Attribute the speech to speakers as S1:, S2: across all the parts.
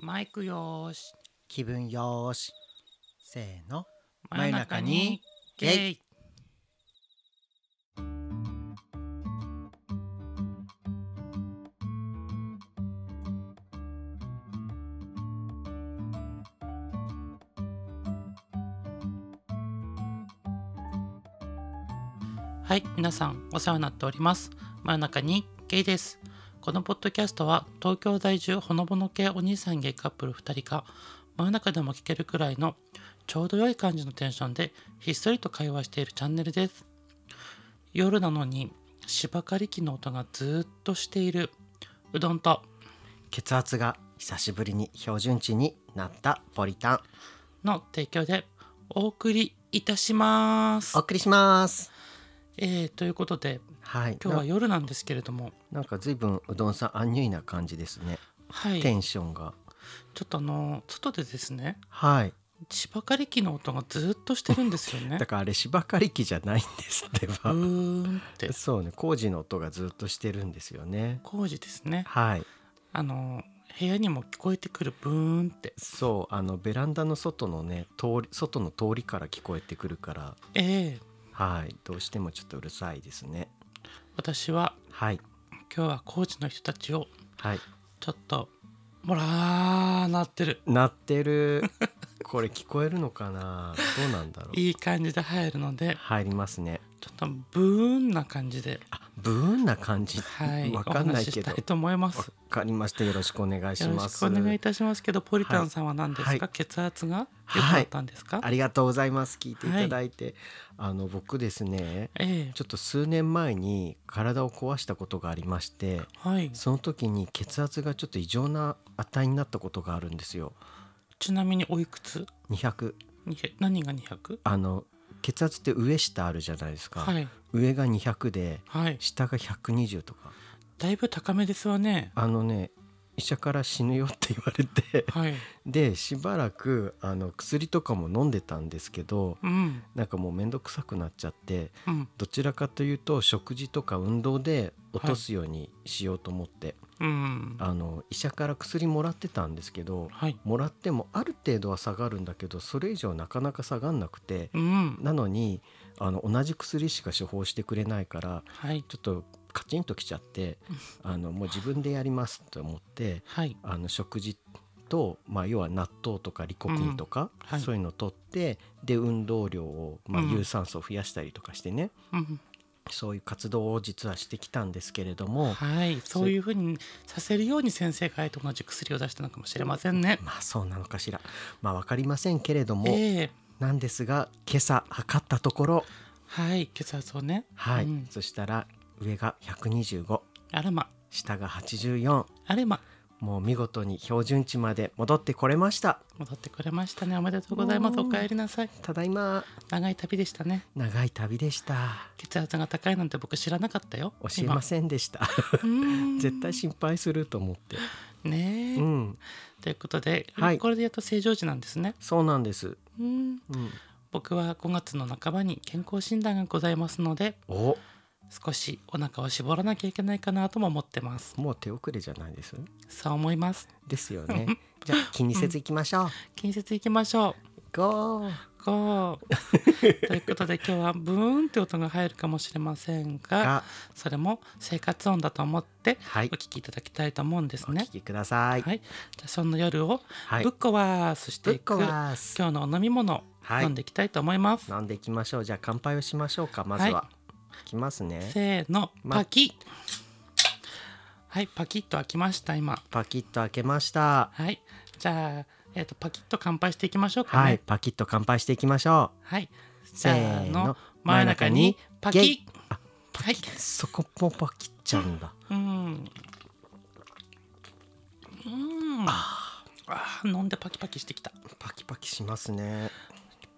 S1: マイクよーし
S2: 気分よーしせーの
S1: 真夜中にゲイはい皆さんお世話になっております真夜中にゲイですこのポッドキャストは東京在住ほのぼの系お兄さんゲイカップル2人が真夜中でも聞けるくらいのちょうど良い感じのテンションでひっそりと会話しているチャンネルです夜なのに芝刈り機の音がずーっとしているうどんと
S2: 血圧が久しぶりに標準値になったポリタン
S1: の提供でお送りいたします
S2: お送りします
S1: えー、ということで
S2: はい
S1: 今日は
S2: な
S1: 夜なんですけれども
S2: なんか随分うどんさんアンニュイな感じですね、
S1: はい
S2: テンションが
S1: ちょっとあの外でですね
S2: はい
S1: 芝刈り機の音がずっとしてるんですよね
S2: だ。からあれ芝刈り機じゃないんですって
S1: う
S2: ば
S1: ーんって
S2: そうね工事の音がずっとしてるんですよね
S1: 工事ですね。
S2: はい
S1: あの部屋にも聞こえてくるブーンって。
S2: そうあのベランダの外のね通り外の通りから聞こえてくるから
S1: ええ
S2: はいどうしてもちょっとうるさいですね
S1: 私は
S2: はい
S1: 今日は工事の人たちを
S2: はい
S1: ちょっともらーなってる。
S2: 鳴ってるこれ聞こえるのかなどうなんだろう
S1: いい感じで入るので
S2: 入りますね
S1: ちょっとブーンな感じで、
S2: あブーンな感じ、
S1: はい、
S2: わかんない
S1: お話し
S2: け
S1: し
S2: ど
S1: た
S2: わ
S1: いと思います。
S2: かりましたよろしくお願いし
S1: よろ
S2: ま
S1: し
S2: す
S1: くお願いいたしますけどポリタンさんは何ですか、
S2: はいはい
S1: 血圧が良くなったんですか、
S2: ありがとうございます聞いていただいて、あの僕ですね
S1: ええ
S2: ちょっと数年前に体を壊したことがありまして
S1: はい、
S2: その時に血圧がちょっと異常な値になったことがあるんですよ
S1: ちなみにおいくつ
S2: 200
S1: に何が 200?
S2: あの血圧って上下あるじゃないですか、
S1: はい
S2: 上が200で
S1: はい
S2: 下が120とか
S1: だいぶ高めですわね
S2: あのね医者から死ぬよって言われて
S1: はい
S2: でしばらくあの薬とかも飲んでたんですけど
S1: うん
S2: なんかもう面倒くさくなっちゃって
S1: うん
S2: どちらかというと食事とか運動で落とすようにしようと思って、
S1: うん
S2: あの医者から薬もらってたんですけど
S1: はい
S2: もらってもある程度は下がるんだけどそれ以上なかなか下がんなくて
S1: うん
S2: なのにあの同じ薬しか処方してくれないから
S1: はい
S2: ちょっとカチンときちゃってあのもう自分でやりますと思って
S1: はい
S2: あの食事と、まあ、要は納豆とかリコピンとか、
S1: うんはい
S2: そういうのを取ってで運動量を、まあ、
S1: うん
S2: 有酸素を増やしたりとかしてね、
S1: うん
S2: そういう活動を実はしてきたんですけれども、
S1: はいそういうふうにさせるように先生があえて同じ薬を出したのかもしれませんね
S2: まあそうなのかしらまあ分かりませんけれども、
S1: ええ
S2: なんですが今朝測ったところ
S1: はい血圧をね
S2: はい、
S1: うん
S2: そしたら上が125
S1: あらま
S2: 下が84
S1: あれま
S2: もう見事に標準値まで戻ってこれました
S1: 戻ってくれましたねおめでとうございます
S2: うん
S1: お帰りなさい
S2: ただいま
S1: 長い旅でしたね
S2: 長い旅でした
S1: 血圧が高いなんて僕知らなかったよ
S2: 教えませんでした
S1: 今うん
S2: 絶対心配すると思って、
S1: ねえ、
S2: うん、
S1: ということで、
S2: はい
S1: これでやっと正常時なんですね
S2: そうなんです。
S1: うん
S2: うん、
S1: 僕は5月の半ばに健康診断がございますので
S2: お、
S1: 少しお腹を絞らなきゃいけないかなとも思ってます
S2: もう手遅れじゃないです。
S1: そう思います
S2: ですよね。じゃあ気にせず行きましょう。
S1: 近接いきましょ
S2: ゴー。
S1: うこ うということで今日はブーンって音が入るかもしれませんが
S2: が、
S1: それも生活音だと思って
S2: はい
S1: お、聞きいただきたいと思うんです
S2: お
S1: ね
S2: 聞きください。
S1: はい、じゃあそんな夜を
S2: はい
S1: ぶっ、壊すして
S2: ぶ
S1: い
S2: っ
S1: く、
S2: 壊す。
S1: 今日のお飲み物
S2: はい
S1: 飲んでいきたいと思います、
S2: 飲んでいきましょう。じゃあ乾杯をしましょうか。まずは。、
S1: はい
S2: きますね。
S1: せーの
S2: ま
S1: パキッ、はいパキッと開きました今
S2: パキッと開けました。
S1: はいじゃあ、えー、とパキッと乾杯していきましょうかね
S2: はい、パキッと乾杯していきましょう。
S1: はい、せ
S2: せ
S1: ー
S2: ー
S1: の
S2: の
S1: 真夜中にパキ
S2: ゲ
S1: ッ
S2: イあ
S1: はい
S2: そこもパキっちゃうんだ。
S1: うんうんああ飲んでパキパキしてきた
S2: パキパキしますね。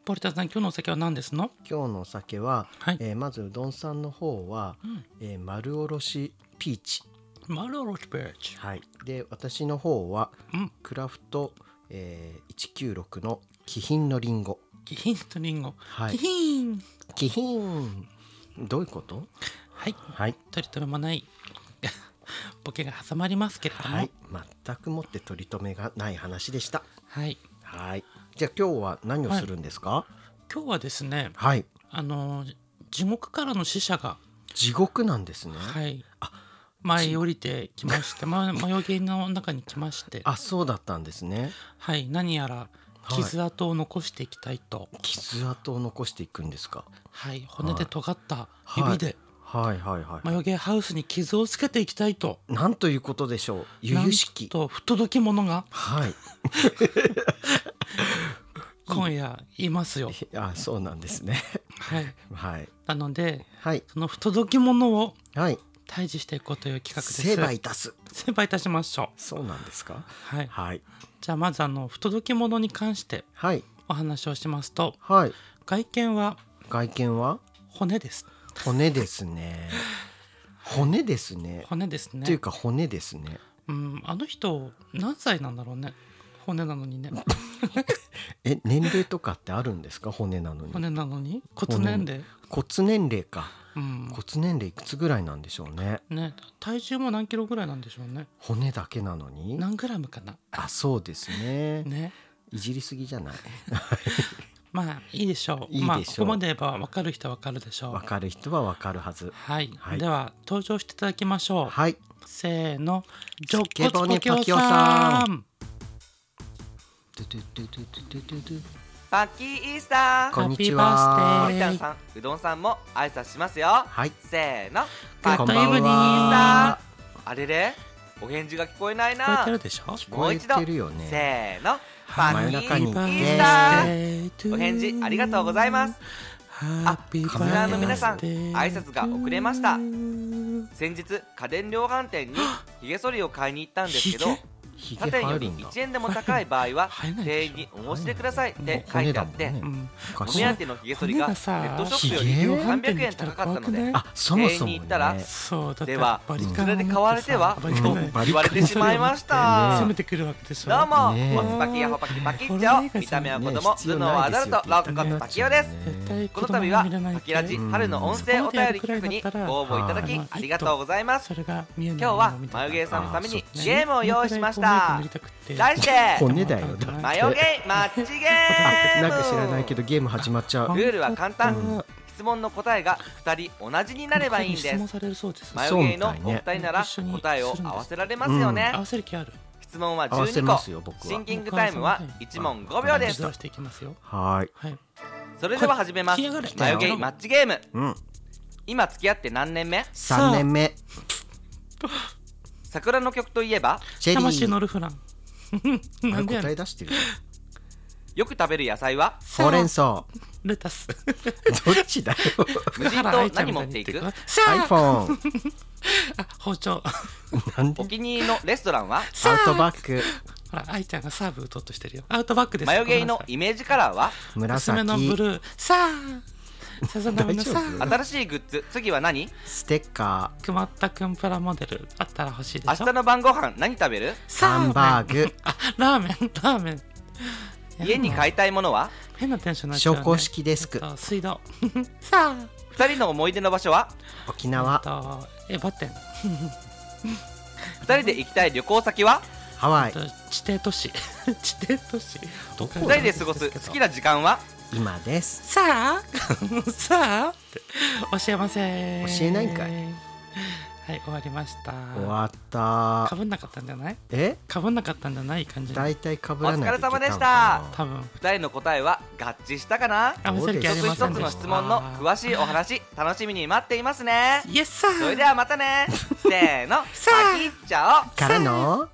S1: ポリタンさん今日のお酒は何ですの
S2: 今日のお酒は、
S1: はい
S2: えーまずうどんさんの方は、
S1: ん
S2: えー丸おろしピーチ、
S1: マルロシベーチ
S2: はい、で私の方は、
S1: うん
S2: クラフト、えー196の気品のりんご
S1: キヒンとリンゴ、
S2: はい
S1: キヒン
S2: 気品どういうこと
S1: はい
S2: はい
S1: 取り留めもない ボケが挟まりますけれども、
S2: はい、全くもって取り留めがない話でした。
S1: はい、
S2: はい、じゃあ今日は何をするんですか。
S1: 今日はですね、
S2: はい、
S1: あの地獄からの死者が、
S2: 地獄なんですね。
S1: はい
S2: あ、
S1: 舞い降りてきまして、ま、魔よげの中に来まして、
S2: あ、そうだったんですね。
S1: はい、何やら
S2: はい
S1: 傷跡を残していきたいと、
S2: 傷跡を残していくんですか。
S1: はい、骨で尖った
S2: はい
S1: 指で
S2: はいはいはい。
S1: 魔よげハウスに傷をつけていきたいと、
S2: なんということでしょう。ゆゆしき。
S1: なんと不届き者が
S2: はい。
S1: 今夜いますよ。
S2: あ、そうなんですね。
S1: はい、
S2: はい。
S1: なので
S2: はい。
S1: その不届き者を
S2: はい。
S1: 退治していこうという企画です。
S2: 成敗いたす。
S1: 先輩いたしましょ
S2: そうなんですか
S1: う。。はい、
S2: はい。
S1: じゃあまずあの不届き者に関して
S2: はい。
S1: お話をしますと
S2: はい。
S1: 外見は
S2: 外見は
S1: 骨です
S2: 骨ですね。骨ですね。
S1: 骨です
S2: っていう
S1: ね
S2: か骨ですね。
S1: うんあの人何歳なんだろうね骨なのに ね
S2: え、年齢とかってあるんですか骨なのに。
S1: 骨なのに骨年齢
S2: 骨年齢か。
S1: うん
S2: 骨年齢いくつぐらいなんでしょうね。
S1: ね体重も何キロぐらいなんでしょうね
S2: 骨だけなのに。
S1: 何グラムかな
S2: あ、そうですね。
S1: ね
S2: いじりすぎじゃない。
S1: まあいいでしょう
S2: いいでしょう
S1: まあここまで言えば分かる人は分かるでしょ
S2: わ
S1: う
S2: かる人はわかるはず。
S1: はい、
S2: はい
S1: では登場していただきましょう、
S2: はい。
S1: せーのジョッ
S2: ケ
S1: コ
S2: ボ
S1: ツポ
S2: ネ
S1: キオ
S2: パキオ
S1: さ
S2: さ
S1: ん
S2: ドゥドゥドゥドゥドゥドゥドゥ
S3: パッキーイースター
S2: こんにち
S1: ハッ
S2: は
S1: ピーバー
S3: 森田
S1: スデー
S3: さん、うどんさんも挨拶しますよ
S2: はい。
S3: せーの
S1: グッド
S2: こん
S1: イブニー
S2: ばんは。
S3: あれれお返事が聞こえな
S1: 聞
S3: い
S1: こえ
S3: な
S1: てるでしょ
S2: 聞こえてるよね。
S3: せーのパ
S2: 真
S3: ッ
S2: 夜
S3: キ
S2: 中
S3: ー
S2: に聞
S3: イ
S2: いて
S3: ースター
S1: ー
S3: お返事ありがとうございます
S1: あリ
S2: スナーの皆さん
S3: 挨拶が遅れました
S1: は
S3: 先日家電量販店にひげ剃りを買いに行ったんですけど
S1: ひげ
S2: ひげ
S3: 他店よ
S2: 入
S3: り
S2: るんだ。
S3: 1円でも高い場合は
S1: 入らない
S3: 店
S1: でし
S3: 員
S1: ょ
S3: にお申し出くださいって書いてあって
S2: 骨だもんね
S3: お
S2: 昔
S3: 目当てのひげ剃りがネットショップよ
S2: ひげ
S3: り
S2: を
S3: 300円高かったので
S2: あ、そもそも
S3: 店員に
S2: ね
S3: 行ったら
S1: そうだって
S3: では
S1: バリカン
S3: それで買われては
S1: バリカン
S2: うん
S1: ね
S2: バリ
S3: 言
S2: カ
S3: わ
S2: ン
S3: れてしまいまし
S2: そ
S3: た
S1: 攻
S2: う
S1: めてくるわけでしょ
S3: どうも、
S2: ねえ
S3: おつパキやほパキパキっちょ見た目は子供頭脳はアダルト肋骨パキオです
S1: 絶対
S3: こ
S1: 子
S3: の
S1: 供
S3: 度
S1: が
S3: は
S1: 見れない
S3: パキラジ
S1: 系
S3: 春の音声お便り企画にご応募いただきありがとうございます
S1: それが見えない
S3: 今日は眉毛さんのためにゲームを用意しました題して
S2: 骨だよ。だって
S3: マヨゲイマッチゲー
S2: な
S3: ム
S2: んか知らないけどゲーム始まっちゃう。
S3: ルールは
S2: う
S3: 簡
S2: ん
S3: 単質問の答えが2人同じになればいいんですマ
S2: そ
S3: ヨ
S2: う
S3: ゲイ
S2: みた
S3: の
S2: いね
S3: お二人なら答えを合わせられますよね
S1: 合わせる気ある
S3: 質問は
S2: 合わせ
S3: 12
S2: ます
S3: 個
S2: よ僕
S3: シ
S2: は
S3: ン。キングタイムは1問5秒です
S1: 自動していきますよ
S2: はい。
S1: はい
S3: それでは始めま
S1: 来
S3: す
S1: やがれ
S3: マヨゲイマッチゲーム
S2: うん。
S3: 今付き合って何年目
S2: 三年目。
S3: 桜の曲といえば
S2: チェリ
S1: 魂
S2: ー。
S1: のルフランな
S2: あ
S1: んでや
S2: 答
S1: ねん
S2: え出してる。
S3: よく食べる野菜は
S2: ほうれ ん草。
S1: レタ ス
S2: どっ ちだよ。
S3: 無人島何持っていく
S1: さあ
S2: iPhone。
S1: 包丁
S2: なんで
S3: お。気に入りのレストランは
S2: アウトバック。
S1: ほら愛ちゃんがサーブ打とうとしてるよアウトバックです
S3: マヨゲイの
S1: ごめんなさい
S3: イメージカラーは
S1: 娘のブ
S2: 紫。
S1: ルーさあさざ波のさ
S2: 大丈
S1: あ
S3: 新しいグッズ次は何
S2: ステッカー。
S1: くまったくんプラモデルあったら欲しいで
S3: 明
S1: しょ
S3: 日の晩ご飯何食べる
S1: さあ
S2: ハンバーグ。
S1: あラーメンラーメ ン
S3: 家に買いたいものは
S1: 変なテンションになっちゃう、
S2: 昇
S1: ね、
S2: 降式デ
S1: え
S2: ス
S1: っ
S2: ク。
S1: と水道 さあ
S3: 2人の思い出の場所は
S2: 沖
S1: えっ
S2: 縄。
S1: とエヴァ店
S3: 2人で行きたい旅行先は
S2: ハワイ
S1: えっ。と地底都市 地底都市
S2: どこ
S3: 2人で過ごす好きな時間は
S2: 今です。
S1: さあさあ教えません
S2: 教えないんかい
S1: はい終わりました
S2: 終わった
S1: か。ぶんなかったんじゃない
S2: え？
S1: かぶんなかったんじゃない感じ
S2: だいたい被らないといけ
S3: お疲れ様で
S2: ない
S3: し
S2: の
S3: た
S2: か
S1: 多分
S3: 2人の答えは合致したかな
S1: 合わせる気
S3: 一
S1: あ
S3: つ
S1: り
S3: 一
S1: ま
S3: つ
S1: せん
S3: の質問の詳しいお話楽しみに待っていますね
S1: イエスさ
S3: それではまた ねせーの
S1: さあ
S3: パキッちゃ
S2: なからの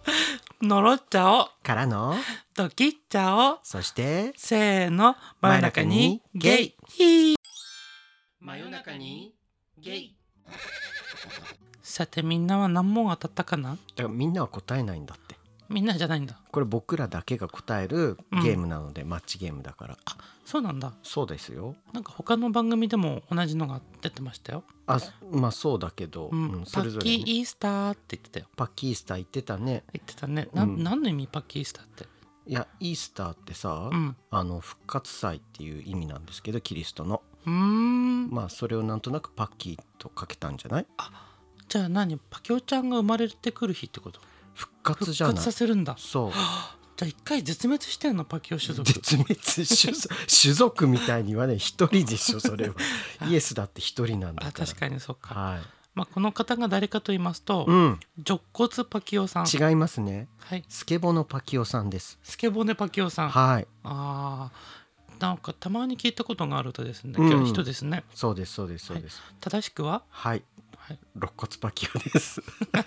S1: のろっちゃおう
S2: からの
S1: ドキッちゃおう
S2: そして
S1: せーの真夜中にゲイ
S2: 真夜中にゲ イ
S1: さてみんなは何問当たったかな
S2: だからみんなは答えないんだって
S1: みんなじゃないんだ
S2: これ僕らだけが答えるゲームなので、マッチゲームだから
S1: そうなんだ
S2: そうですよ
S1: なんか他の番組でも同じのが出てましたよ、
S2: あまあそうだけど、
S1: う
S2: うんん
S1: パ
S2: それぞ
S1: ッ
S2: れ
S1: キー
S2: ね、
S1: イースターって言ってたよ
S2: パッキースター言ってたね
S1: 言ってたねな、
S2: うん
S1: ん、何の意味パッキーイースターって
S2: いやイースターってさ、
S1: うん
S2: あの復活祭っていう意味なんですけどキリストの
S1: うーん
S2: まあそれをなんとなくパッキーとかけたんじゃない
S1: じゃあ何パキオちゃんが生まれてくる日ってこと
S2: 復活
S1: 復
S2: じゃ
S1: 活
S2: ない
S1: させるんだじ
S2: そう
S1: ゃあ一回絶滅してんのパキオ種族
S2: 絶滅種族種族みたいにはね一人でしょそれは イエスだって一人なんだ
S1: あ
S2: から
S1: 確かにそっか、
S2: はい
S1: まあ、この方が誰かと言いますと、
S2: うん
S1: 直骨パキオさん
S2: 違いますね
S1: はい、
S2: スケボのパキオさんです
S1: スケボネパキオさんあ
S2: はい
S1: あーなんかたまに聞いたことがあるとですね、
S2: うん
S1: 人ですね
S2: そうですそうですそうです
S1: 正しくは、
S2: はい
S1: はい、
S2: 肋骨パキオです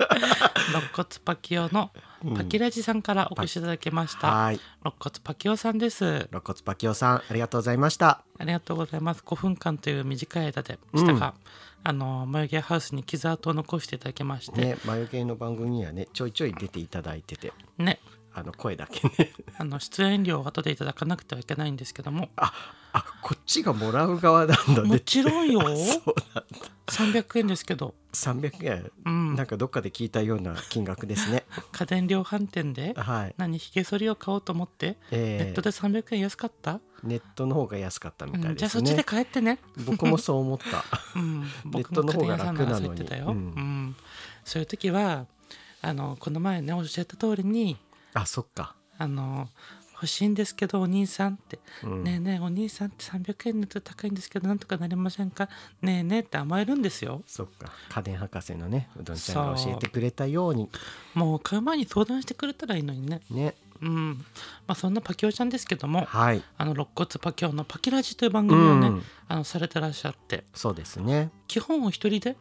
S1: 肋骨パキオのパキラジさんからお越しいただきました、
S2: はい
S1: 肋骨パキオさんです
S2: 肋骨パキオさんありがとうございました
S1: ありがとうございます。5分間という短い間でしたが、あの眉毛ハウスに傷跡を残していただきましてね
S2: ね眉毛の番組にはねちょいちょい出ていただいててあの声だけ ね
S1: あの出演料を後でいただかなくてはいけないんですけども
S2: ああこっちがもらう側なんだね
S1: もちろんよ
S2: そうなんだ
S1: 300円ですけど、
S2: 300円
S1: うん
S2: なん、かどっかで聞いたような金額で すね
S1: 家電量販店で
S2: はい
S1: 何ひげ剃りを買おうと思って、
S2: えー
S1: ネットで300円安かった、
S2: ネットの方が安かったみ
S1: うん
S2: たい
S1: じゃ
S2: で
S1: あそ
S2: す
S1: っち
S2: ね
S1: で。買えってね、
S2: 僕もそう思った。
S1: うん、
S2: ネ
S1: 僕
S2: ット
S1: も
S2: の
S1: 家電屋
S2: 方が
S1: さん
S2: 楽
S1: ならそ
S2: な
S1: う言
S2: の
S1: っ
S2: に
S1: てたよ、
S2: う
S1: うんんそういう時はあのこの前ね教えた通りに
S2: あ、そっか。
S1: あの欲しいんですけどお兄さんって、
S2: うん
S1: ねえねえお兄さんって300円のと高いんですけどなんとかなりませんかねえねえって甘えるんですよ
S2: そっか。家電博士のね、うどんちゃんが教えてくれたように
S1: もう買う前に相談してくれたらいいのにね
S2: ね。
S1: うんまあそんなパキオちゃんですけども
S2: はい。
S1: あの肋骨パキオのパキラジという番組をね、
S2: うん
S1: あのされてらっしゃって
S2: そうですね。
S1: 基本お一人で、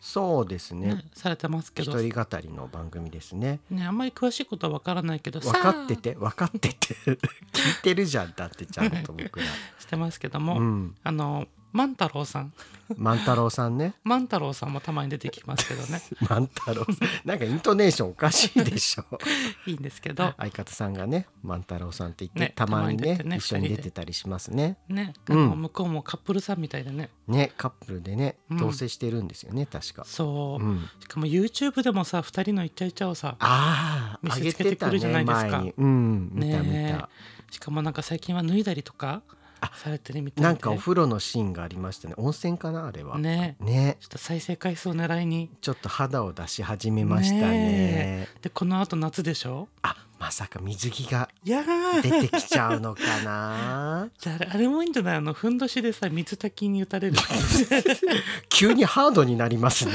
S2: そうです
S1: ね
S2: ね。
S1: されてますけ
S2: 一
S1: ど、
S2: 人語りの番組ですね。
S1: ね、あんまり詳しいことはわからないけど
S2: 分
S1: さあ
S2: かってて、分かって て、聞いてるじゃんだってちゃん と僕ら。
S1: してますけども、
S2: うん。
S1: あの万太郎さん
S2: 万太郎さんね。
S1: 万太郎さんもたまに出てきますけど ね
S2: 万太郎さん。なんかイントネーションおかしいでしょ。
S1: いいんですけど
S2: 相方さんがね、万太郎さんって言って、
S1: ね
S2: たまにね
S1: たまに出てね
S2: 一緒に
S1: 二人で
S2: 出てたりしますね。
S1: ね、あ
S2: うん
S1: の向こうもカップルさんみたいでね、
S2: ねカップルでね
S1: うん
S2: 同棲してるんですよね、確か、
S1: そう、
S2: うん、
S1: しかも YouTube でもさ2人のイチャイチャをさ
S2: あ
S1: 見
S2: あ
S1: せ
S2: 上げ
S1: つけ
S2: て
S1: て
S2: た
S1: くるじゃな
S2: ね
S1: いですか
S2: 前にうん見た見た、
S1: ねえしかもなんか最近は脱いだりとか
S2: あ
S1: されてるみたいで
S2: なんかお風呂のシーンがありましたね温泉かなあれはね
S1: ねちょっと再生回数を狙いに
S2: ちょっと肌を出し始めましたね
S1: ねでこのあと夏でしょ
S2: あまさか水着が
S1: いやー
S2: 出てきちゃうのかな
S1: じゃああれあれもいいんじゃないあのふんどしでさ水滝に打 たれる、
S2: 急にハードにな りますね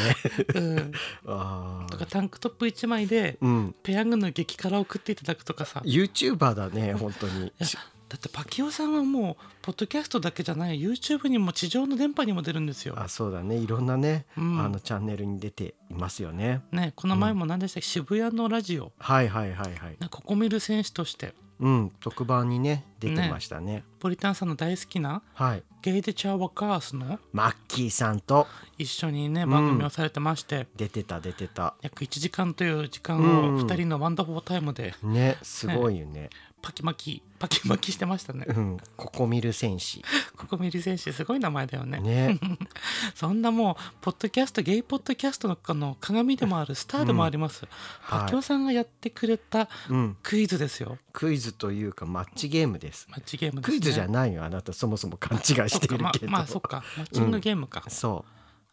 S1: うん、
S2: あ
S1: と
S2: ー
S1: かタンクトップ1枚で
S2: うん
S1: ペヤングの激辛を食っていただくとかさい
S2: YouTuber だね本当に
S1: やだってパキオさんはもうポッドキャストだけじゃない YouTube にも地上の電波にも出るんですよ
S2: あそうだねいろんなね、
S1: うん
S2: あのチャンネルに出ていますよね
S1: ね、この前も何でしたっけ、渋谷のラジオ
S2: はいはいはいはい
S1: ねここ見る選手として
S2: うん、特番にね出てましたね。
S1: ポリタンさんの大好きな
S2: はい。
S1: ゲイデチャーワカースの
S2: マッキーさんと
S1: 一緒にね
S2: ん
S1: 番組をされてまして、
S2: 出てた出てた。
S1: 約1時間という時間
S2: うん
S1: を2人のワンダフォータイムで
S2: ね、すごいよね。
S1: パキマキパキマキしてま したね
S2: うん、ここ見る戦士。
S1: ここ見る選手すごい名前だよね
S2: ね、
S1: そんなもうポッドキャストゲイポッドキャストのあの鏡でもあるスターでもあります、パキオ
S2: は
S1: さんがやってくれた
S2: い。うん、
S1: クイズですよ
S2: クイズというかマッチゲームです。
S1: マッチゲームです、ね、
S2: クイズじゃ
S1: い
S2: ないよ、あなたそもそも勘違いしてるけど。
S1: まあ、まあそっかマッチングゲームか、
S2: そ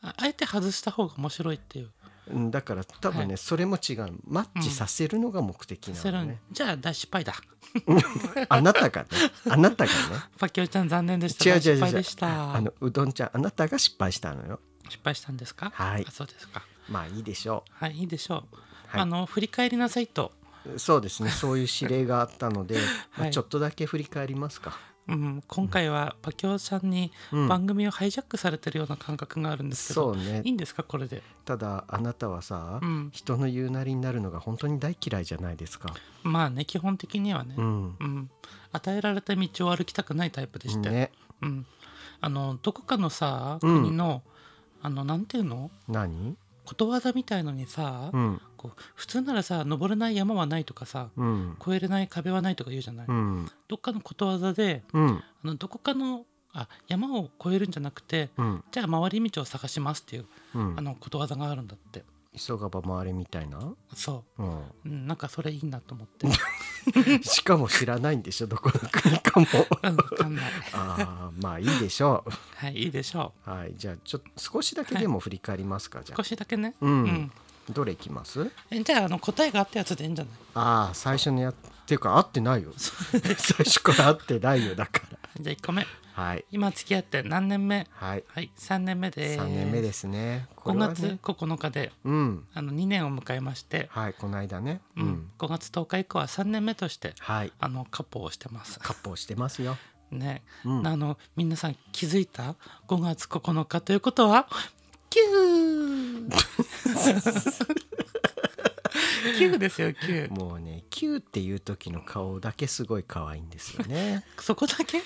S1: ああえて外した方が面白いっていう
S2: う。うん、だから多分ね、
S1: は
S2: それも違う。マッチさせるのが目的
S1: さ
S2: な
S1: せる
S2: の
S1: ん
S2: ね。
S1: じゃあ大失敗だ
S2: あなたがね、あな たがね。
S1: パキオちゃん残念でした
S2: 違
S1: 大
S2: う違う
S1: 失敗
S2: 違う
S1: でした
S2: あのうどんちゃん、あなたが失敗したのよ。
S1: 失敗したんですか
S2: はい
S1: あそうですか
S2: まあいいでしょ
S1: はいいいでしょう、
S2: う。はい
S1: あ。の振り返りなさいと、
S2: そうです ね。そういう指令があったので、
S1: は
S2: まあ
S1: い
S2: ちょっとだけ振り返りますか。
S1: うん、今回はパキオさんに
S2: うん
S1: 番組をハイジャックされてるような感覚があるんですけど、
S2: そうね
S1: い。いんですかこれで
S2: ただあなたはさ、
S1: うん
S2: 人の言うなりになるのが本当に大嫌いじゃないですか。
S1: まあね基本的にはね、
S2: うん。
S1: うん与えられた道を歩きたくないタイプでして、
S2: ね。
S1: うん、あのどこかのさ
S2: うん
S1: 国の、あのなんていうの
S2: 何？
S1: ことわざみたいのにさ、
S2: うん。
S1: こう普通ならさ登れない山はないとかさ
S2: うん。
S1: 越えれない壁はないとか言うじゃない、
S2: うん。
S1: どっかのことわざで
S2: うん。
S1: あのどこかのあ山を越えるんじゃなくて
S2: うん。
S1: じゃあ回り道を探しますっていう
S2: うん
S1: あ。のことわざがあるんだって
S2: 急がば回れみたいな。
S1: そ
S2: うん。
S1: う、うん、なんかそれいいなと思って
S2: しかも知らないんでしょどこの国 かも
S1: うんわかんない。
S2: ああまあいいでしょ
S1: はい、いいでしょ
S2: うはいじゃあちょっと少しだけでも振り返りますかじ
S1: う。
S2: ゃ
S1: 少しだけね。
S2: あうん。どれいきます
S1: えじゃああの答えがあったやつでいいんじゃない
S2: ああ最初のやっていうか合っ てないよ最初から合ってないよだから
S1: じゃあ1個目。
S2: はい
S1: 今付き合って何年目
S2: はい
S1: はい、3年目です。
S2: 3年目ですねこ
S1: 5
S2: れは
S1: 月
S2: ね
S1: 9日で
S2: うん
S1: あの2年を迎えまして、
S2: はいこの間ね
S1: う
S2: うんん
S1: 5月10日以降は3年目として
S2: はい
S1: あのカポをしてます。
S2: 割烹してますよ
S1: ね、
S2: うん
S1: あの皆さん気づいた5月9日ということはキュ ーキューですよキュー
S2: もうね「キュー」っていう時の顔だけすごい可愛いんですよね
S1: そこだけ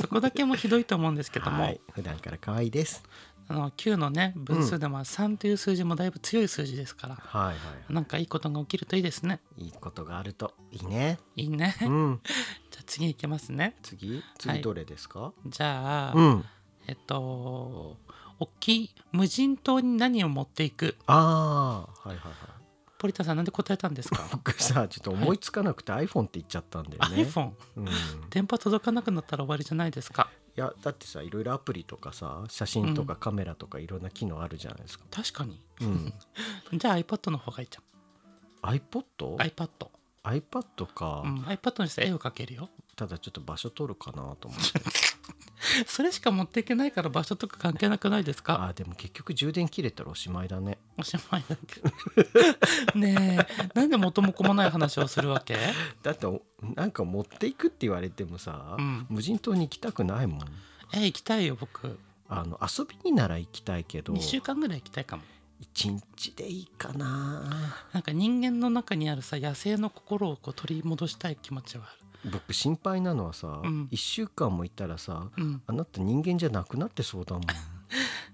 S1: そこだけもひ どいと思うんですけども、
S2: はい普段から可愛いです
S1: あの9のね分数でも3という数字もだいぶ強い数字ですから、
S2: はいはい
S1: なんかいいことが起きるといいですね
S2: いいことがあるといいね。
S1: いいね、
S2: うん。
S1: じゃあ次いきますね
S2: 次
S1: は
S2: 次
S1: い
S2: どれですか？
S1: じゃあ、
S2: うん。
S1: えっと大きい無人島に何を持っていく
S2: ああはいはいはい。
S1: ポリタンさんなんで答えたんですか
S2: 僕さちょっと思いつかなくて iPhone って言っちゃったんだ よね。
S1: iPhone
S2: うん。い
S1: 電波届かなくなったら終わりじゃないですか
S2: やだってさいろいろアプリとかさ写真とかカメラとかいろんな機能あるじゃないですか。
S1: 確かに
S2: うん。
S1: じゃあ iPad の方がいいじ
S2: iPod？
S1: ゃん iPad、
S2: iPad か
S1: う。ん、iPad にして絵を描けるよ
S2: ただちょっと場所取るかなと思って。
S1: それしか持っていけないから場所とか関係なくないですか
S2: あーでも結局充電切れたらおしまいだね。
S1: おしまいだけどねえなんで元も子もない話をするわけ
S2: だっておなんか持っていくって言われてもさ、
S1: うん
S2: 無人島に行きたくないもん。
S1: え行きたいよ僕
S2: あの遊びになら行きたいけど
S1: 2週間ぐらい行きたいかも
S2: 一日でいいかな
S1: なんか人間の中にあるさ野生の心をこう取り戻したい気持ちはあ
S2: 僕心配なのはさ、一
S1: うん
S2: 1週間もいたらさ
S1: るうん
S2: あなた人間じゃなくなってそうだ もん、
S1: い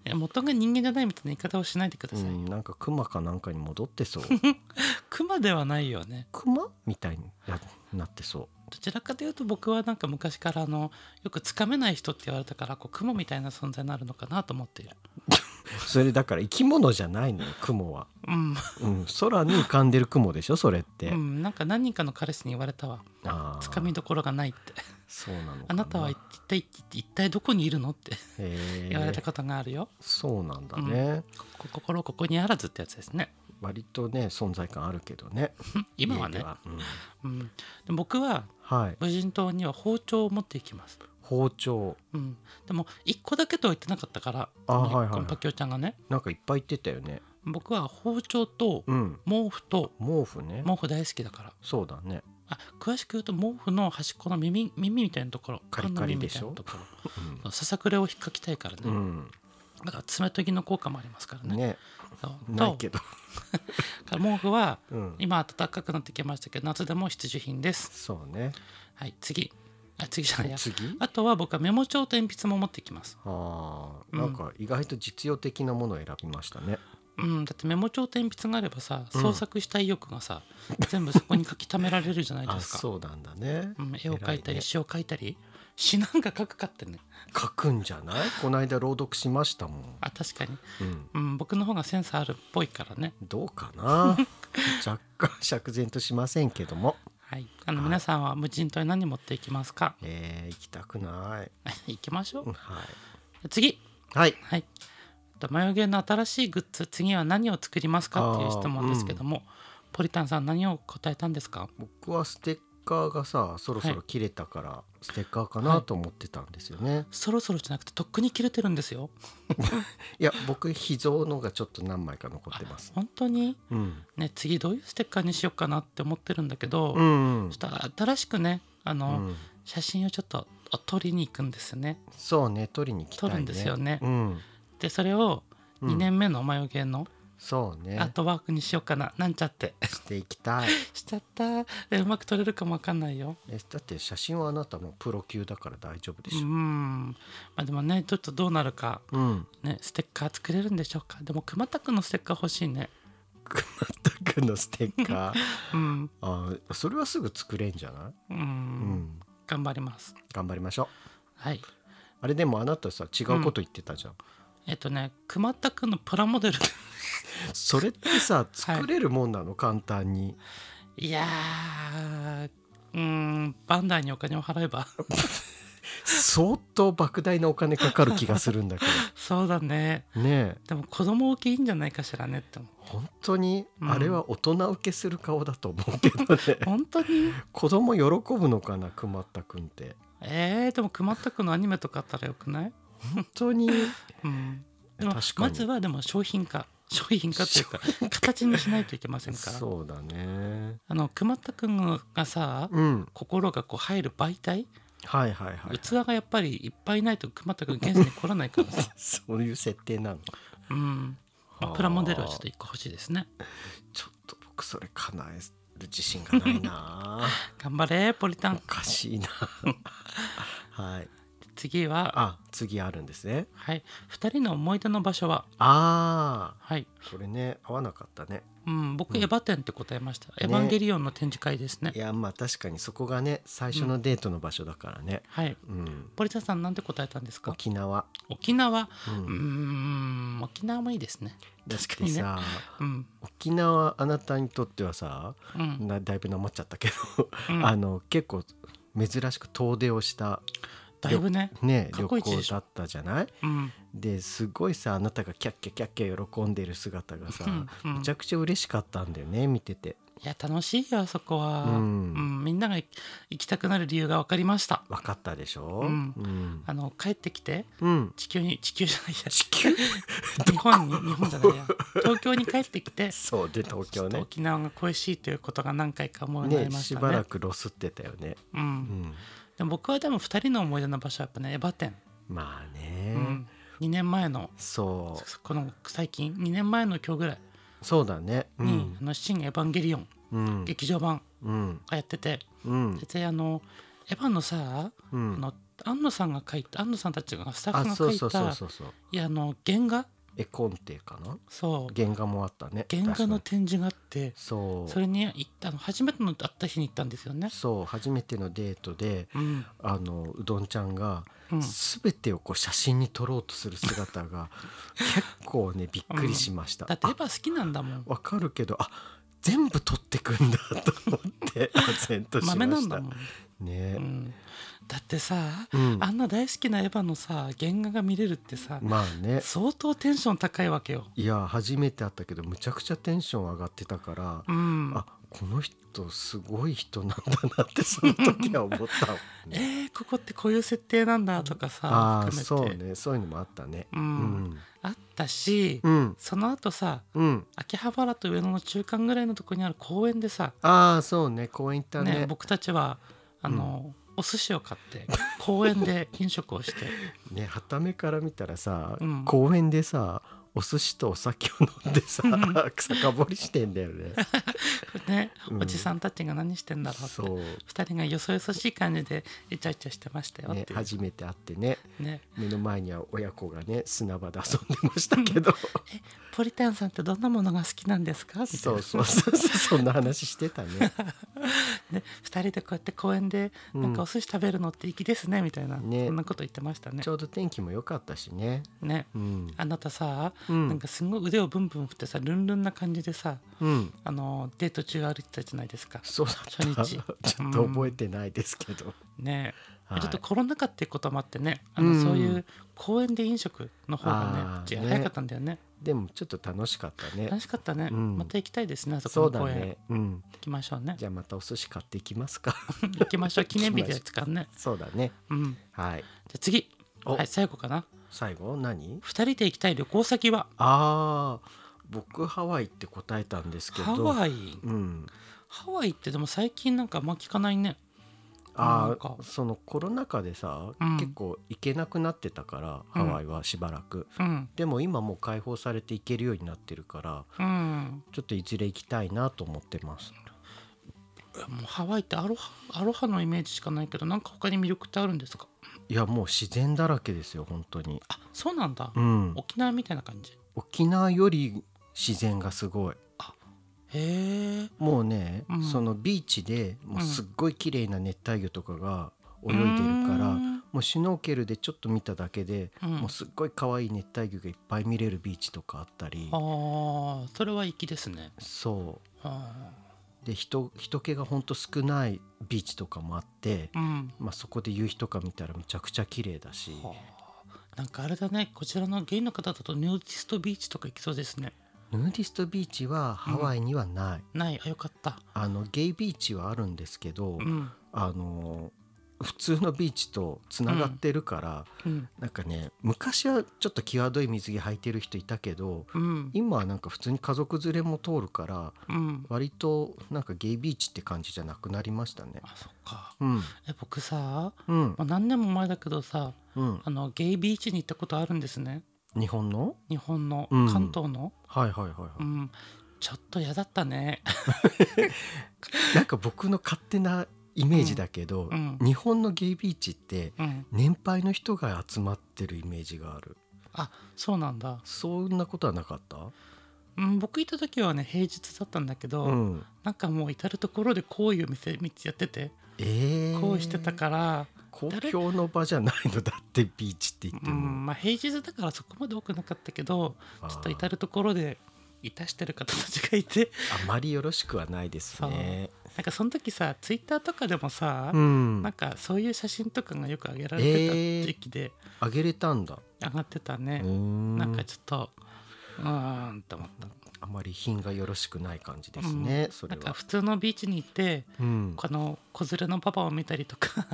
S1: や元が人間じゃないみたいな言い方をしないでくだ
S2: う
S1: さい、
S2: ん、なんかクマかなんかに戻ってそう
S1: クマではないよね
S2: クマみたいにななってそ
S1: どちらかというと僕はなんか昔からあのよくつかめない人って言われたからこう雲みたいな存在になるのかなと思っている
S2: うそれだから生き物じゃないのよクモは、
S1: うん、
S2: うん、空に浮かんでるクモでしょそれって、
S1: うん、なんか何人かの彼氏に言われたわ
S2: あー
S1: つかみどころがないって
S2: そうなのか
S1: あなたは一体一体どこにいるのって
S2: へー
S1: 言われたことがあるよ、
S2: そうなんだね、
S1: こ心ここにあらずってやつですね
S2: 割とね存在感あるけどね
S1: うん今は
S2: 家
S1: ね
S2: で、はうん
S1: うん、で僕は
S2: はい
S1: 無人島には包丁を持っていきます、
S2: 包丁
S1: うん、でも1個だけとは言ってなかったから
S2: あ
S1: の
S2: はいはいはい
S1: このパキオちゃんがね
S2: なんかいっぱい言ってたよね。
S1: 僕は包丁と
S2: うん。
S1: 毛布と
S2: 毛布ね。
S1: 毛布大好きだから
S2: そうだね。
S1: あ詳しく言うと毛布の端っこの耳耳みたいなところ
S2: カリカリでし
S1: 缶の耳
S2: ょ
S1: みたいなところささくれを引っかきたいからね、
S2: うん。
S1: だから爪研ぎの効果もありますからね
S2: ね。
S1: そう
S2: ない
S1: と
S2: けど。
S1: 毛布は
S2: うん。
S1: 今暖かくなってきましたけど夏でも必需品です
S2: そうね。
S1: はい次あ次じゃないや
S2: 次。
S1: あとは僕はメモ帳と鉛筆も持ってきます
S2: ああ、
S1: うん
S2: なんか意外と実用的なものを選びましたね。
S1: うんだってメモ帳と鉛筆があればさ
S2: うん
S1: 創作したい意欲がさ、全部そこに書き溜められるじゃないで
S2: あ、
S1: すか
S2: そうなんだね。
S1: うん、絵を描いた
S2: 偉ね
S1: り詩を描いたり詩なんか書くかってね
S2: 書くんじゃない？この間朗読しましたもん。
S1: あ確かに、
S2: うん。
S1: うん、僕の方がセンスあるっぽいからね
S2: どうか な。若干釈然としませんけども。
S1: はいあの
S2: はい
S1: 皆さんは無人島に何持っていきますか
S2: えー、行きたくない。
S1: 行きましょ
S2: うん
S1: う
S2: はい。
S1: 次
S2: はい。
S1: はいと眉毛の新しいグッズ次は何を作りますかっていう質問ですけども、ポリタンさん何を答えたんですか
S2: 僕はステッカーがさそろそろ切れたから、ステッカーか
S1: は
S2: ないと思ってたんですよね、い、
S1: そろそろじゃなくてとっくに切れてるんですよ
S2: や僕秘蔵のがちょっと何枚か残ってます
S1: 本当に
S2: うん、
S1: ね次どういうステッカーにしようかなって思ってるんだけど、
S2: うん
S1: ちょっと新しくねあ
S2: う
S1: の、
S2: ん、
S1: 写真をちょっと撮りに行くんですよね
S2: そうね取りに来たいね
S1: 撮るんですよね
S2: うん、
S1: でそれを
S2: うん
S1: 2年目の眉毛の
S2: そう
S1: アー
S2: ね
S1: トワークにしようかな、なんちゃって
S2: していきたい
S1: しちゃったえうまく撮れるかもわかんないよ
S2: えだって写真はあなたもプロ級だから大丈夫で
S1: う
S2: しょ、
S1: んまあでもねちょっとどうなるか
S2: うんうん、
S1: ねステッカー作れるんでしょうかでも熊田くんのステッカー欲しいね
S2: 熊田君のステッ カー
S1: うん
S2: あーそれはすぐ作れんじゃない、
S1: うん、
S2: うん、
S1: 頑張ります
S2: 頑張りましょう
S1: はい
S2: あれでもあなたさ違うこと言ってたじゃん、
S1: えっとね熊田 くんのプラモデル
S2: それってさ作れるもんなの、簡単に
S1: いやー、うーん、バンダイにお金を払え ば。
S2: 相当莫大なお金かかる気がするんだけ
S1: そうだね。
S2: どねえ
S1: でも子供受けいいんじゃないかしらねって思う。
S2: 本当に
S1: うん
S2: あれは大人受けする顔だと思うけど ね
S1: 本当に
S2: 子供喜ぶのかなくまったくんって
S1: えー、でも熊田君のアニメとかあったらよくない
S2: 本当に
S1: うん。でも
S2: 確かに
S1: まずはでも商品化。商品化っていうか、形にしないといけませんから。
S2: そうだね
S1: あの、熊田君がさ、
S2: うん
S1: 心がこう入る媒体、
S2: はいはいはい
S1: 器がやっぱりいっぱいないと熊田君現世に来らないからさ。
S2: そういう設定なの
S1: うん。まあ
S2: はあ
S1: プラモデルはちょっと一個欲しいですね。
S2: ちょっと僕それ叶える自信がないな
S1: 頑張れ、ポリタ
S2: お
S1: ン。
S2: かしいな はい
S1: 次は、
S2: あ次あるんですね
S1: はい、2人の思い出の場所は、
S2: あ
S1: はい、
S2: あこれね合わなかったね
S1: うん、僕、
S2: うん
S1: エヴァ展って答えました。エ
S2: ね
S1: ヴァンゲリオンの展示会ですね
S2: い。やまあ確かにそこがね最初のデートの場所だからね
S1: はい。
S2: うん
S1: ポリタンさん、なんて答えたんですか
S2: 沖縄
S1: 沖縄、
S2: う
S1: うんーん、沖縄もいいですね。
S2: 確かにさ
S1: うん、
S2: 沖縄あなたにとってはさ
S1: うん、
S2: なだいぶなまっちゃったけど、
S1: うん
S2: あの結構珍しく遠出をした、
S1: だいぶね、
S2: ね、
S1: 過
S2: 旅
S1: 去一
S2: 行
S1: でしょ
S2: だったじゃない
S1: うん、
S2: ですごいさあなたがキャッキャキャッキャ喜んでる姿がさ、
S1: うん
S2: めちゃくちゃ嬉しかったんだよね見てて
S1: いや、楽しいよ、あそこは。
S2: う
S1: うんん、みんなが行きたくなる理由が分かりました。
S2: 分かったでしょ、
S1: うん
S2: うん
S1: あの、帰ってきて、
S2: うん
S1: 地球に、地球じゃないや、
S2: 地球
S1: 日本に、日本じゃないや、東京に帰ってきて、
S2: そうで東
S1: ちょ
S2: 京
S1: っと
S2: ね
S1: 沖縄が恋しいということが何回か思いにな
S2: ね
S1: りまし
S2: したば
S1: ね
S2: らくロスってたよね、
S1: う、
S2: うんん、
S1: でも僕はでも2人の思い出の場所はやっぱねエヴァ展、
S2: まあね、
S1: うん、2年前の
S2: そ
S1: この最近2年前の今日ぐらいう
S2: そうだねう
S1: に
S2: ん
S1: 「あの新エヴァンゲリオン
S2: うん」
S1: 劇場版
S2: うん
S1: がやってて
S2: うん
S1: でであのエヴァのさあ
S2: うん
S1: の安野さんが書いた安野さんたちがスタッ
S2: あ
S1: フが
S2: そ
S1: 書
S2: う
S1: い
S2: そうそう
S1: た
S2: そうそう
S1: いやあの原画
S2: 絵コンテかな
S1: そう
S2: 原画もあったね
S1: 原画の
S2: 確か
S1: 展示があって
S2: にそう
S1: それに行ったあの初めての会った日に行ったんですよね。
S2: そう初めてのデートで
S1: うん
S2: あのうどんちゃんが
S1: うん
S2: 全てをこう写真に撮ろうとする姿 が結構ねびっくりしました。
S1: だってエヴァ好きなんだもん
S2: あ。わかるけどあ全部撮ってくんだと 思ってあ然としま
S1: 豆なん
S2: し
S1: だ
S2: た
S1: も。ん。
S2: ね
S1: うんだってさ、
S2: うん
S1: あんな大好きなエヴァのさ原画が見れるってさ、
S2: まあね
S1: 相当テンション高いわけよ。
S2: いや初めて会ったけどむちゃくちゃテンション上がってたから
S1: うん、
S2: あこの人すごい人なんだなってその時は思ったもんね。
S1: えー、ここってこういう設定なんだとかさ
S2: ああー
S1: 含
S2: そ
S1: め
S2: う
S1: て
S2: ねそういうのもあったね。
S1: う
S2: うんん
S1: あったし、
S2: うん
S1: その後さ
S2: うん
S1: 秋葉原と上野の中間ぐらいのとこにある公園でさ、
S2: ああそうね公園行った
S1: ね
S2: ね。
S1: 僕たちはあの、お寿司を買って公園で飲食をして
S2: ねは目から見たらさ、
S1: うん
S2: 公園でさお寿司とお酒を飲んでさ酒盛りしてんだよ ね。
S1: ね、
S2: うん
S1: おじさんたちが何してんだろうって
S2: そう、
S1: 2人がよそよそしい感じでイチャイチャしてましたよっ
S2: ね
S1: て、いう
S2: 初めて会ってね
S1: ね
S2: 目の前には親子がね砂場で遊んでましたけど
S1: ポリタンさんってどんなものが好きなんですかみたいな
S2: そうそうそうそうそんな話してたね。
S1: で2人でこうやって公園で
S2: うん
S1: なんかお寿司食べるのって粋ですねみたいな、
S2: ね
S1: そんなこと言ってました ね
S2: ち。ょうど天気も良かったしね。
S1: ね
S2: うん
S1: あなたさ、
S2: うん
S1: なんかすごい腕をブンブン振ってさルンルンな感じでさ
S2: うん
S1: あのデート中歩いてたじゃないですか。
S2: そうだった
S1: 初日
S2: ちょっと覚えてないですけど、
S1: ね
S2: はい
S1: ちょっとコロナ禍っていうこともあってねあの、
S2: うん
S1: そういう公園で飲食の方が
S2: あー
S1: ね
S2: ね
S1: 早かったんだよね
S2: でもちょっと楽しかったね
S1: 楽しかったね、
S2: うん
S1: また行きたいですねあそ
S2: そう
S1: この
S2: だ
S1: 公園、
S2: ねうん
S1: 行きましょうね
S2: じゃあまたお寿司買っていきま すか
S1: 行きましょう記念日で使うね
S2: そうだね
S1: うん
S2: はい
S1: じゃあ次
S2: お
S1: はい最後かな
S2: 最後何
S1: 2人で行きたい旅行先は
S2: あー僕ハワイって答えたんですけど
S1: ハワイ
S2: うん
S1: ハワイってでも最近なんかあんま聞かないねな
S2: あ
S1: んか
S2: ーそのコロナ禍でさ、
S1: うん
S2: 結構行けなくなってたから
S1: う
S2: ハ
S1: ん
S2: ワイはしばらく、
S1: うん
S2: でも今もう解放されて行けるようになってるから
S1: うん
S2: ちょっといずれ行きたいなと思ってます
S1: もうハワイってアロハアロハのイメージしかないけどなんか他に魅力ってあるんですか
S2: いやもう自然だらけですよ本当に
S1: あそうなんだ、
S2: うん
S1: 沖縄みたいな感じ
S2: 沖縄より自然がすごい
S1: へえ
S2: もうね、
S1: うん
S2: そのビーチでもうすっごい綺麗な熱帯魚とかが泳いでるから、
S1: うん
S2: もうシュノーケルでちょっと見ただけで、
S1: うん
S2: もうすっごい可愛い熱帯魚がいっぱい見れるビーチとかあったり
S1: あーそれは粋ですね
S2: そ
S1: あ
S2: で人人気がほんと少ないビーチとかもあって、
S1: うん
S2: まあ、そこで夕日とか見たらむちゃくちゃ綺麗だし
S1: はあなんかあれだねこちらのゲイの方だとヌーディストビーチとか行きそうですね
S2: ヌーディストビーチはハワイにはない、
S1: ないあよかった
S2: あのゲイビーチはあるんですけど、
S1: うん
S2: あの普通のビーチとつながってるから、
S1: うん
S2: なんかね昔はちょっと際どい水着履いてる人いたけど
S1: うん
S2: 今はなんか普通に家族連れも通るから
S1: うん
S2: 割となんかゲイビーチって感じじゃなくなりましたね。
S1: あそっか
S2: うん
S1: え僕さ
S2: うん
S1: もう何年も前だけどさ
S2: うん、
S1: あのゲイビーチに行ったことあるんですね
S2: 日本の
S1: 日本の
S2: うん
S1: 関東の
S2: はいはいはい、は
S1: う
S2: い
S1: ん、ちょっと嫌だったね
S2: なんか僕の勝手なイメージだけど、
S1: うん
S2: 日本のゲイビーチって
S1: うん
S2: 年配の人が集まってるイメージがある
S1: あそうなんだ、
S2: そんなことはなかった
S1: うん、僕行った時はね平日だったんだけど、
S2: うん
S1: なんかもう至る所で行為を見せ見やってて
S2: えー、
S1: こうしてたから、
S2: 公共の場じゃないのだってビーチって言って
S1: う
S2: も、
S1: んまあ、平日だからそこまで多くなかったけど
S2: あー
S1: ちょっと至る所でいたしてる方たちがいて
S2: あまりよろしくはないですね
S1: なんかその時さツイッターとかでもさ、
S2: うん
S1: なんかそういう写真とかがよく上げられてた
S2: えー
S1: 時期で
S2: あげれたんだ
S1: 上がってた
S2: う
S1: ね
S2: ー、ん
S1: なんかちょっとうーんと思った
S2: あまり品がよろしくない感じですね、そ
S1: な
S2: れ
S1: んか
S2: は
S1: 普通のビーチに行って
S2: うん
S1: この子連れのパパを見たりと か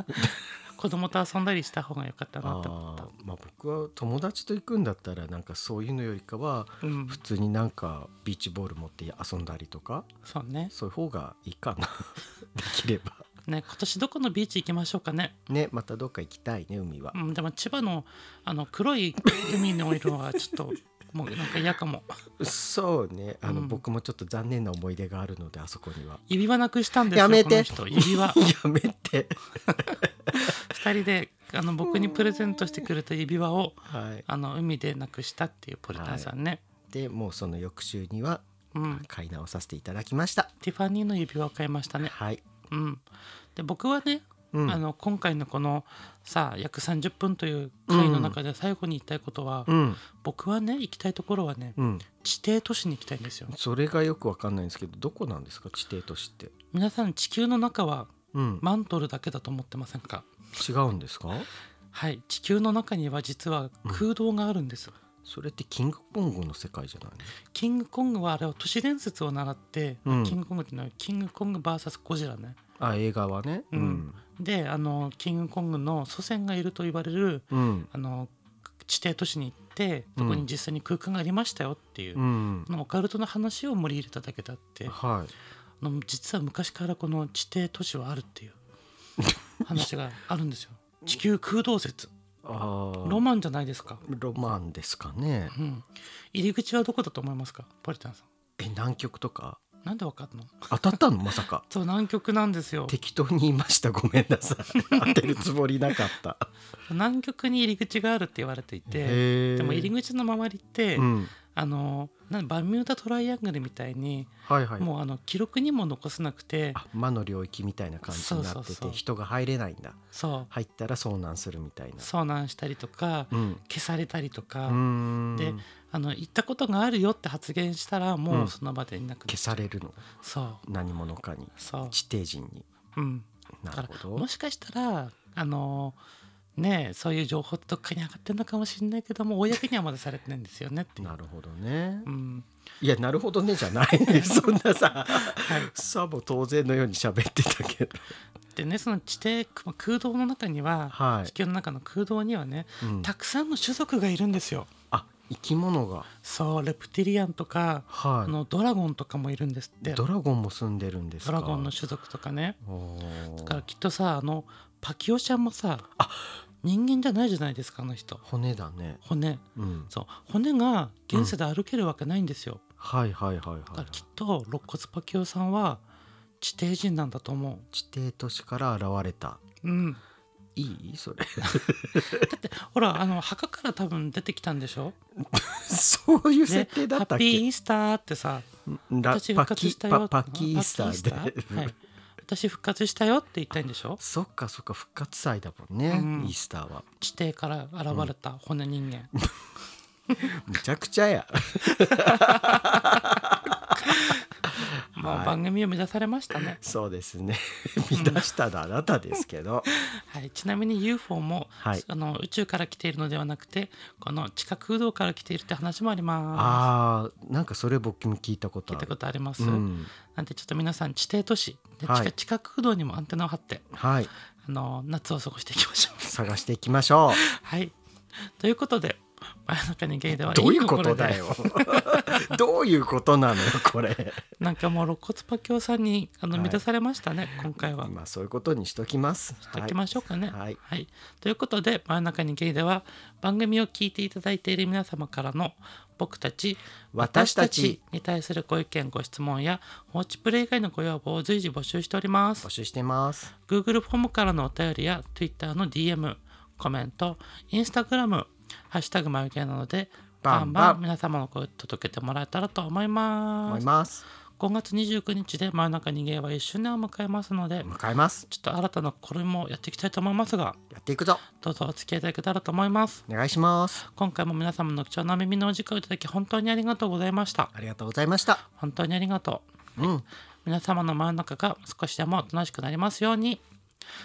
S1: 子供と遊んだりした方が良かったなと思った
S2: あーまあ僕は友達と行くんだったらなんかそういうのよりかは
S1: うん
S2: 普通になんかビーチボール持って遊んだりとか
S1: そうね
S2: そういう方がいい かなできれば
S1: ね今年どこのビーチ行きましょうかね
S2: ねまたどっか行きたいね海は
S1: うん、でも千葉のあの黒い海の色はちょっともうなんか嫌かも
S2: そうねあの、
S1: うん
S2: 僕もちょっと残念な思い出があるのであそこには
S1: 指輪なくしたんですよ
S2: やめて
S1: この人指輪
S2: やめて
S1: 2人であの僕にプレゼントしてくれた指輪を
S2: はい
S1: あの海でなくしたっていうポリタンさんね、
S2: でもうその翌週には
S1: うん、
S2: 買い直させていただきました、
S1: ティファニーの指輪を買いましたね、
S2: はい、
S1: うん、で僕はね、
S2: うん、
S1: あの今回のこのさ約30分という回の中で最後に言いたいことは、
S2: うん
S1: 僕はね行きたいところはね
S2: うん
S1: 地底都市に行きたいんですよ
S2: それがよくわかんないんですけどどこなんですか地底都市って
S1: 皆さん地球の中は
S2: うん、
S1: マントルだけだと思ってませんか
S2: 違うんですか
S1: はい、地球の中には実は空洞があるんです、
S2: それってキングコングの世界じゃないの
S1: キングコングはあれは都市伝説を習って、
S2: うん
S1: キングコングっていうのはキングコング VS ゴジラね
S2: あ映画はね
S1: うんであのキングコングの祖先がいると言われる
S2: うん
S1: あの地底都市に行ってそこに実際に空間がありましたよっていう
S2: う、ん、
S1: あのオカルトの話を盛り入れただけだってあ
S2: はい
S1: の実は昔からこの地底都市はあるっていう話があるんですよ地球空洞説
S2: あー
S1: ロマンじゃないですか、
S2: ロマンですかね
S1: うん、入り口はどこだと思いますかポリタンさん
S2: え南極とか
S1: なんでわかんの
S2: 当たったのまさ か
S1: そう南極なんですよ
S2: 適当に言いましたごめんなさ い当てるつもりなかった
S1: 南極に入り口があるって言われていてで
S2: で
S1: も入り口の周りって、
S2: うん
S1: あのなバミューダトライアングルみたいに、
S2: はいはい
S1: もうあの記録にも残せなくて
S2: あ魔の領域みたいな感じにな
S1: そ
S2: っ
S1: うそ
S2: て
S1: うそう
S2: て人が入れないんだ
S1: そ
S2: 入ったら遭難するみたいうな
S1: 遭難したりとか、
S2: うん
S1: 消されたりと
S2: う
S1: か、
S2: ーん
S1: であの行ったことがあるよって発言したらもうんうその場でいなくな
S2: 消
S1: っ
S2: されるの
S1: そう
S2: 何者かに
S1: そう
S2: 地底人に
S1: うんだ
S2: な
S1: か
S2: る
S1: ら
S2: ほど
S1: もしかしたらあのねえそういう情報ってどっかに上がってるのかもしれないけども公にはまだされてないんですよねっていう
S2: なるほどね
S1: うん
S2: いやなるほどねじゃない そんな
S1: は
S2: さ
S1: い
S2: さも当然のように喋ってたけど
S1: でねその地底まあ空洞の中には、
S2: はい
S1: 地球の中の空洞にはね
S2: うん
S1: たくさんの種族がいるんですよ。
S2: あ生き物が
S1: そうレプティリアンとか、
S2: は
S1: あ
S2: い
S1: のドラゴンとかもいるんですってド
S2: ドラゴンも住んでるんですか
S1: ラゴンの種族とかね。
S2: おー
S1: だからきっとさあのパキオちゃんもさ人間じゃないじゃないですかあの人
S2: 骨だね
S1: 骨
S2: うん
S1: そう骨が現世で歩けるわけないんですよ。
S2: はいはいはい
S1: だ
S2: はいは
S1: から
S2: い
S1: きっと肋骨パキオさんは地底人なんだと思
S2: 地底都市から現れた
S1: う。うん、だ
S2: いいそれ
S1: ってほらあの墓から多分出てきたんでしょ
S2: そういう設
S1: ね
S2: 定だ
S1: ハ
S2: った
S1: ッ
S2: っ
S1: ピー
S2: け
S1: イースターってさ
S2: ラ
S1: 私
S2: パ
S1: 復活
S2: キ
S1: したよ
S2: パパキースタ
S1: パキー
S2: ーで
S1: スターはい、私復活したよって言ったいんでしょ
S2: そっかそっか復活祭だもんね、
S1: うん
S2: イースターは
S1: 地底から現れた骨 人間、
S2: むちゃくちゃや
S1: まあ
S2: はい
S1: 番組を目指されましたね
S2: そうですね乱したのあなたで すけど、
S1: はい、ちなみに UFO も、
S2: はい
S1: あの宇宙から来ているのではなくてこの地下空洞から来ているって話もありま
S2: ああなんかそれ僕も聞いたこ
S1: す
S2: と
S1: 聞い
S2: あ
S1: た
S2: る
S1: ことあります、
S2: うん、
S1: なんでちょっと皆さん地底都市で地下,、
S2: はい
S1: 地下空洞にもアンテナを張って
S2: はい
S1: あの夏を過ごしていきましょう
S2: 探していきま しょ
S1: はいということで真夜中にゲイでは
S2: うどういうこ
S1: 心
S2: と
S1: で
S2: だよ どういうことなのよこれ
S1: なんかもう肋骨パキオさんにあの
S2: はい
S1: 満たさ れましたね、今回は。
S2: まあそういうことにしときますし
S1: やっていきましょうかね、
S2: はい
S1: ということで「真夜中にゲイ」では番組を聞いていただいている皆様からの僕たち
S2: 私たち
S1: に対するご意見ご質問や放置プレイ以外のご要望を随時募集しております
S2: 募集してます
S1: Google フォームからのお便りや Twitter の DM コメント Instagram「ハッシュタグ眉毛」なので
S2: バ
S1: バ
S2: ン
S1: ン
S2: バ
S1: バ
S2: ン
S1: ン皆様の声届けてもらえたらと思いま
S2: 思い
S1: す
S2: ます
S1: 5月29日で「真夜中にゲイ」は1周年を迎えますので
S2: 迎えます
S1: ちょっと新たな試みもやっていきたいと思いますが
S2: やっていくぞ
S1: どうぞお付き合いいただけたらと思います
S2: お願いします
S1: 今回も皆様の貴重な耳のお時間をいただき本当にありがとうございました
S2: ありがとうございました
S1: 本当にありがとう
S2: うん
S1: 皆様の真ん中が少しでも楽しくなりますように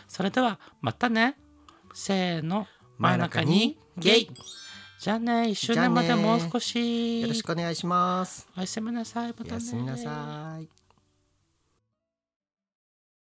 S1: それではまたねせーの
S2: 真ん中にゲイ
S1: じゃあね1周年までもう少し
S2: よろしくお願いします
S1: おやすみなさいまた
S2: お
S1: ね
S2: やすみなさい